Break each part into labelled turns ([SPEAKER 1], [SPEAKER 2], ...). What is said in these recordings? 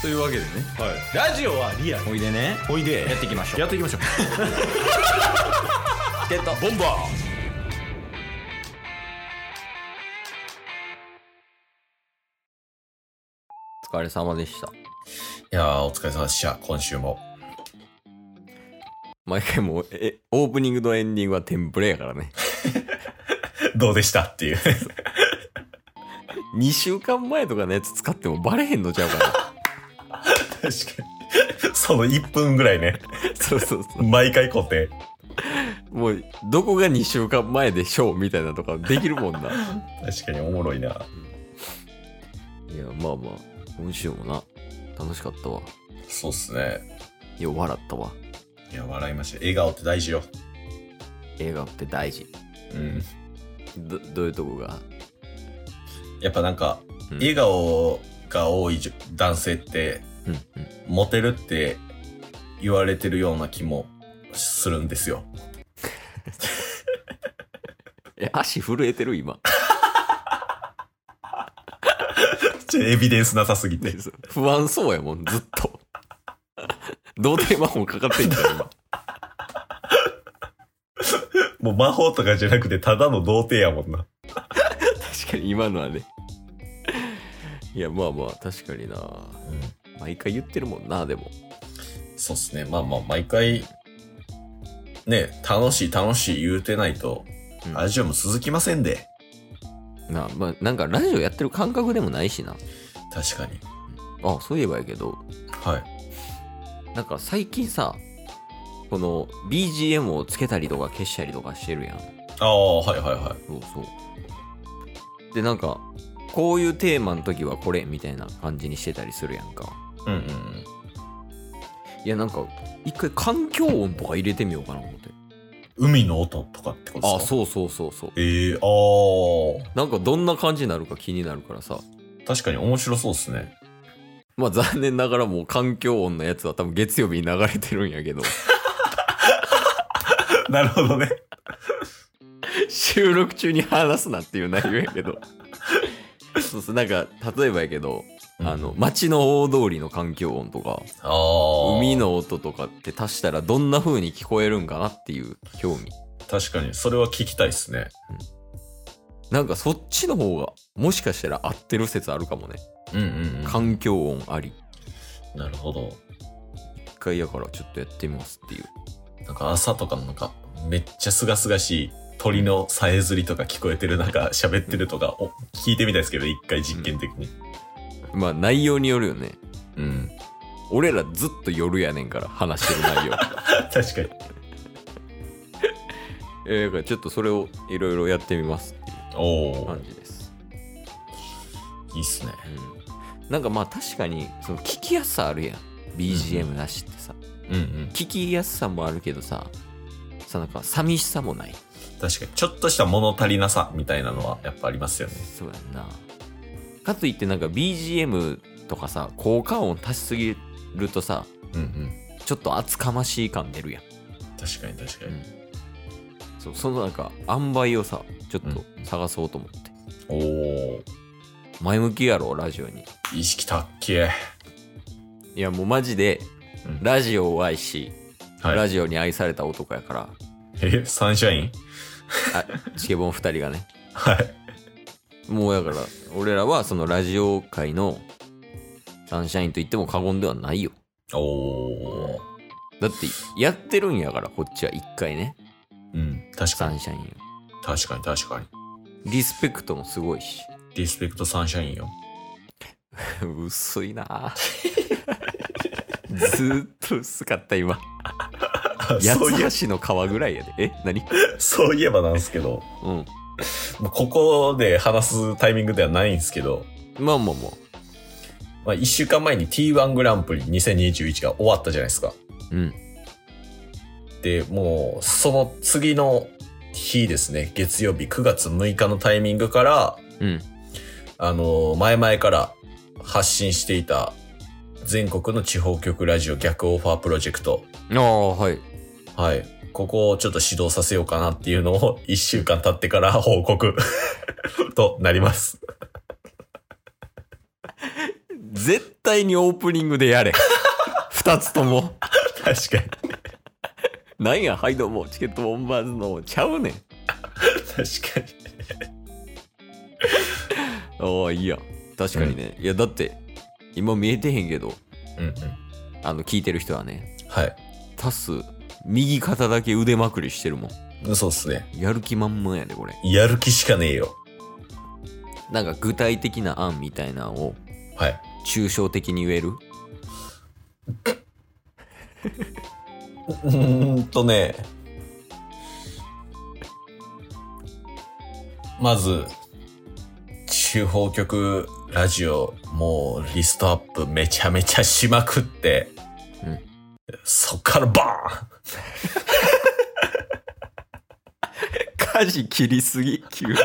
[SPEAKER 1] というわけでね
[SPEAKER 2] はい、ラジオはリアル
[SPEAKER 1] おいでね
[SPEAKER 2] おいで
[SPEAKER 1] やっていきましょう
[SPEAKER 2] やっていきましょう
[SPEAKER 1] ってた
[SPEAKER 2] ボンバ
[SPEAKER 1] お疲れ様でした
[SPEAKER 3] いやー、お疲れ様でした。今週も。
[SPEAKER 1] 毎回もうえオープニングとエンディングはテンプレやからね
[SPEAKER 3] どうでしたっていう。
[SPEAKER 1] 2週間前とかのやつ使ってもバレへんのちゃうかな
[SPEAKER 3] 確かに。その1分ぐらいね。
[SPEAKER 1] そうそうそう
[SPEAKER 3] 毎回固定。
[SPEAKER 1] もうどこが2週間前でしょうみたいなとかできるもんな
[SPEAKER 3] 確かにおもろいな。
[SPEAKER 1] いやまあまあ今週もな楽しかったわ
[SPEAKER 3] そうっすね。
[SPEAKER 1] いや笑ったわ
[SPEAKER 3] いや、笑いました。笑顔って大事よ。
[SPEAKER 1] 映画って大事
[SPEAKER 3] うん。
[SPEAKER 1] どどういうとこが
[SPEAKER 3] やっぱなんか、
[SPEAKER 1] うん
[SPEAKER 3] 笑顔が多いじょ男性って、
[SPEAKER 1] うんうん
[SPEAKER 3] モテるって言われてるような気もするんですよ。
[SPEAKER 1] え足震えてる今
[SPEAKER 3] ちょエビデンスなさすぎて。
[SPEAKER 1] 不安そうやもんずっと 童貞魔法かかってんじゃん今
[SPEAKER 3] もう魔法とかじゃなくて、ただの童貞やもんな。
[SPEAKER 1] 確かに今のはねいやまあまあ確かにな毎回言ってるもんなでも
[SPEAKER 3] そうっすね。まあまあ、毎回、ね、楽しい楽しい言うてないと、
[SPEAKER 1] うん
[SPEAKER 3] ラジオも続きませんで。
[SPEAKER 1] な,、まあ、なんかラジオやってる感覚でもないしな
[SPEAKER 3] 確かに。
[SPEAKER 1] あそういえばやけど
[SPEAKER 3] はい。
[SPEAKER 1] なんか最近さこの BGM をつけたりとか消したりとかしてるやん
[SPEAKER 3] ああ、はいはいは
[SPEAKER 1] そうそうでなんかこういうテーマの時はこれみたいな感じにしてたりするやんか
[SPEAKER 3] い。うんうんうん。
[SPEAKER 1] いやなんか一回環境音とか入れてみようかな思って
[SPEAKER 3] 海の音とかってこと
[SPEAKER 1] あ
[SPEAKER 3] ですかあ、そう。
[SPEAKER 1] そうそうそうそう
[SPEAKER 3] ええあ
[SPEAKER 1] なんかどんな感じになるか気になるからさ
[SPEAKER 3] あ。確かに面白そうっすね。
[SPEAKER 1] まあ残念ながらもう環境音のやつは多分月曜日に流れてるんや けど
[SPEAKER 3] なるほどね。
[SPEAKER 1] 収録中に話すなっていう内容やけ どそうそうなんか例えばやけど、あの、街の大通りの環境音とか
[SPEAKER 3] ああ。
[SPEAKER 1] 海。の音とかって足したらどんな風に聞こえるんかなっていう興味
[SPEAKER 3] 確かに、それは聞きたいっすね。
[SPEAKER 1] なんかそっちの方がもしかしたら合ってる説あるかもね
[SPEAKER 3] うんうん
[SPEAKER 1] 環境音あり
[SPEAKER 3] うん。なるほど。
[SPEAKER 1] 一回やからちょっとやってみますっていう
[SPEAKER 3] なんか朝とかのなんか、めっちゃすがすがしい鳥のさえずりとか聞こえてるなんか喋ってるとか、お聞いてみたいですけど、一回実験的に。
[SPEAKER 1] まあ内容によるよね
[SPEAKER 3] うん。
[SPEAKER 1] 俺らずっと夜やねんから話してる内容
[SPEAKER 3] 確かに。
[SPEAKER 1] えー、だからちょっとそれをいろいろやってみますっていう
[SPEAKER 3] おお
[SPEAKER 1] 感、じです。
[SPEAKER 3] いいっすね。
[SPEAKER 1] うん、なんかまあ確かにその聞きやすさあるやん BGM なしってさ、
[SPEAKER 3] うんうん。
[SPEAKER 1] 聞きやすさもあるけどささなんか寂しさもない
[SPEAKER 3] 確かに。ちょっとした物足りなさみたいなのはやっぱありますよね。
[SPEAKER 1] そうやんなかといってなんか BGM とかさ効果音足しすぎるとさ
[SPEAKER 3] うんうん。
[SPEAKER 1] ちょっと厚かましい感出るやん、
[SPEAKER 3] 確かに確か
[SPEAKER 1] う
[SPEAKER 3] に。
[SPEAKER 1] ん、そうそのなんか塩梅をさちょっと
[SPEAKER 3] うん
[SPEAKER 1] 探そうと思って、
[SPEAKER 3] おお、
[SPEAKER 1] 前向きやろラジオに
[SPEAKER 3] 意識たっけ。
[SPEAKER 1] いやもうマジで
[SPEAKER 3] うん
[SPEAKER 1] ラジオを愛し、
[SPEAKER 3] は
[SPEAKER 1] ラ
[SPEAKER 3] い。
[SPEAKER 1] ジオに愛された男やから、
[SPEAKER 3] え、サンシャイン
[SPEAKER 1] あチケボン2人がね、
[SPEAKER 3] はい。
[SPEAKER 1] もうやから、俺らはそのラジオ界のサンシャインと言っても過言ではないよ。
[SPEAKER 3] おお
[SPEAKER 1] だって、やってるんやから、こっちは1回ね、
[SPEAKER 3] ー。うん。確
[SPEAKER 1] サ
[SPEAKER 3] かに。
[SPEAKER 1] ンシャイン。
[SPEAKER 3] 確かに確かに。
[SPEAKER 1] リスペクトもすごいし、
[SPEAKER 3] リスペクトサンシャインよ。
[SPEAKER 1] 薄いな ぁずーっと薄かった今。八
[SPEAKER 3] そういえば、
[SPEAKER 1] つ橋の川ぐらいやで。え何
[SPEAKER 3] そういえばなんですけど。
[SPEAKER 1] うん。
[SPEAKER 3] まあここで話すタイミングではないんですけど、
[SPEAKER 1] まあまあまあ。
[SPEAKER 3] まあ、1週間前に T1 グランプリ2021が終わったじゃないですか。
[SPEAKER 1] うん。
[SPEAKER 3] で、もう、その次の日ですね、月曜日9月6日のタイミングから、
[SPEAKER 1] うん。
[SPEAKER 3] あの、前々から発信していた全国の地方局ラジオ逆オファープロジェクト。
[SPEAKER 1] ああ、はい。
[SPEAKER 3] はい。ここをちょっと指導させようかなっていうのを1週間経ってから報 告となります。
[SPEAKER 1] 絶対にオープニングでやれ。 二つとも。
[SPEAKER 3] 確かに。
[SPEAKER 1] なんや、はいどうも、チケットボンバーズの、ちゃうねん。
[SPEAKER 3] 確かに。
[SPEAKER 1] ああ、いいや。確かにね。いや、だって、今見えてへんけど、
[SPEAKER 3] うんうん。
[SPEAKER 1] あの、聞いてる人はね、
[SPEAKER 3] はい。
[SPEAKER 1] タス、右肩だけ腕まくりしてるもん。
[SPEAKER 3] そうっすね。
[SPEAKER 1] やる気満々やで、これ。
[SPEAKER 3] やる気しかねえよ。
[SPEAKER 1] なんか具体的な案みたいなのを、
[SPEAKER 3] はい。
[SPEAKER 1] 抽象的に言える
[SPEAKER 3] うーんとね。まず、地方局ラジオ、もうリストアップめちゃめちゃしまくって、
[SPEAKER 1] うん
[SPEAKER 3] そっからバ
[SPEAKER 1] 舵切りすぎ急 に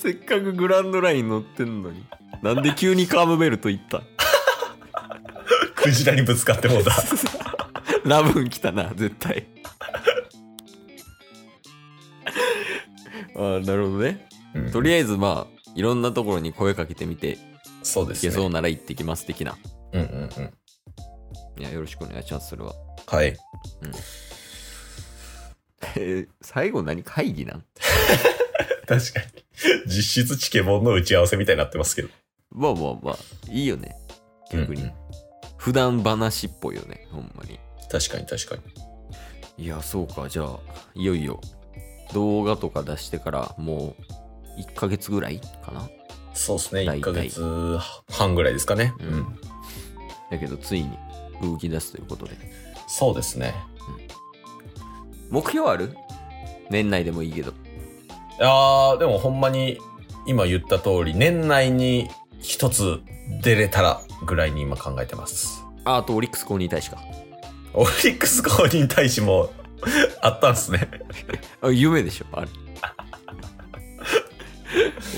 [SPEAKER 1] せっかくグランドライン乗ってんのになんで急にカーブベルト行った
[SPEAKER 3] ーンクジラにぶつかってもうた。
[SPEAKER 1] ラブン来たな絶対あーなるほどね
[SPEAKER 3] うん
[SPEAKER 1] とりあえずまあいろんなところに声かけてみて
[SPEAKER 3] そうで
[SPEAKER 1] い
[SPEAKER 3] す
[SPEAKER 1] け
[SPEAKER 3] ね。
[SPEAKER 1] そうなら行ってきます的な、
[SPEAKER 3] うんうんう
[SPEAKER 1] い
[SPEAKER 3] ん。
[SPEAKER 1] やよろしくお願いしますそれは
[SPEAKER 3] はい。
[SPEAKER 1] えー最後何会議なん
[SPEAKER 3] 確かに。 実質チケボンの打ち合わせみたいになってますけど。
[SPEAKER 1] まあまあまあいいよね逆に、
[SPEAKER 3] うんうん
[SPEAKER 1] 普段話っぽいよねほんまに
[SPEAKER 3] 確かに確かに。
[SPEAKER 1] いや、そうか。じゃあ、いよいよ、動画とか出してから、もう、1ヶ月ぐらいかな。
[SPEAKER 3] そうですね。
[SPEAKER 1] 大
[SPEAKER 3] 1ヶ
[SPEAKER 1] 体
[SPEAKER 3] 月半ぐらいですかね。
[SPEAKER 1] う
[SPEAKER 3] うんん
[SPEAKER 1] だけど、ついに、動き出すということで。
[SPEAKER 3] そうですね。
[SPEAKER 1] 目標ある年内でもいいけど。
[SPEAKER 3] いやー、でもほんまに今言った通り、年内に一つ出れたらぐらいに今考えてます。
[SPEAKER 1] あ、あと、オリックス公認大使か。
[SPEAKER 3] オリックス公認大使も あったんすね。
[SPEAKER 1] あ、夢でしょ、あ れ。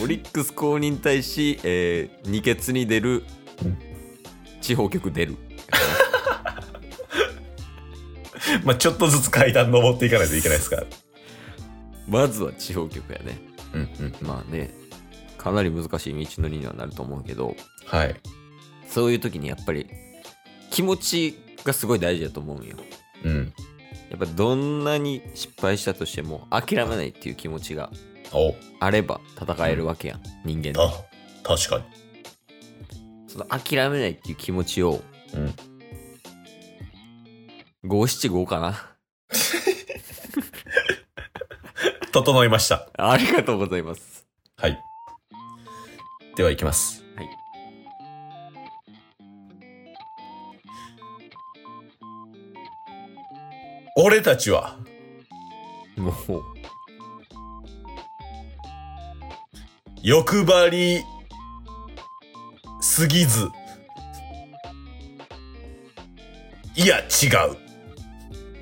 [SPEAKER 1] オリックス公認大使、えー、二欠に出る
[SPEAKER 3] うん、
[SPEAKER 1] 地方局出る。
[SPEAKER 3] まあちょっとずつ階段登っていかないといけないですから。
[SPEAKER 1] まずは地方局やね。
[SPEAKER 3] うんうん。
[SPEAKER 1] まあね、かなり難しい道のりにはなると思うけど、
[SPEAKER 3] はい。
[SPEAKER 1] そういう時にやっぱり気持ちがすごい大事だと思うんよ。
[SPEAKER 3] うん。
[SPEAKER 1] やっぱどんなに失敗したとしても諦めないっていう気持ちが
[SPEAKER 3] お、
[SPEAKER 1] あれば戦えるわけやん、人間って。
[SPEAKER 3] た、確か
[SPEAKER 1] その諦めないっていう気持ちを
[SPEAKER 3] に。うん。
[SPEAKER 1] 五七五かな。
[SPEAKER 3] 整いました。
[SPEAKER 1] ありがとうございます。
[SPEAKER 3] はい。では行きます。
[SPEAKER 1] はい。
[SPEAKER 3] 俺たちは、
[SPEAKER 1] もう、
[SPEAKER 3] 欲張りすぎず。いや、違う。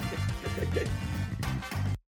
[SPEAKER 2] す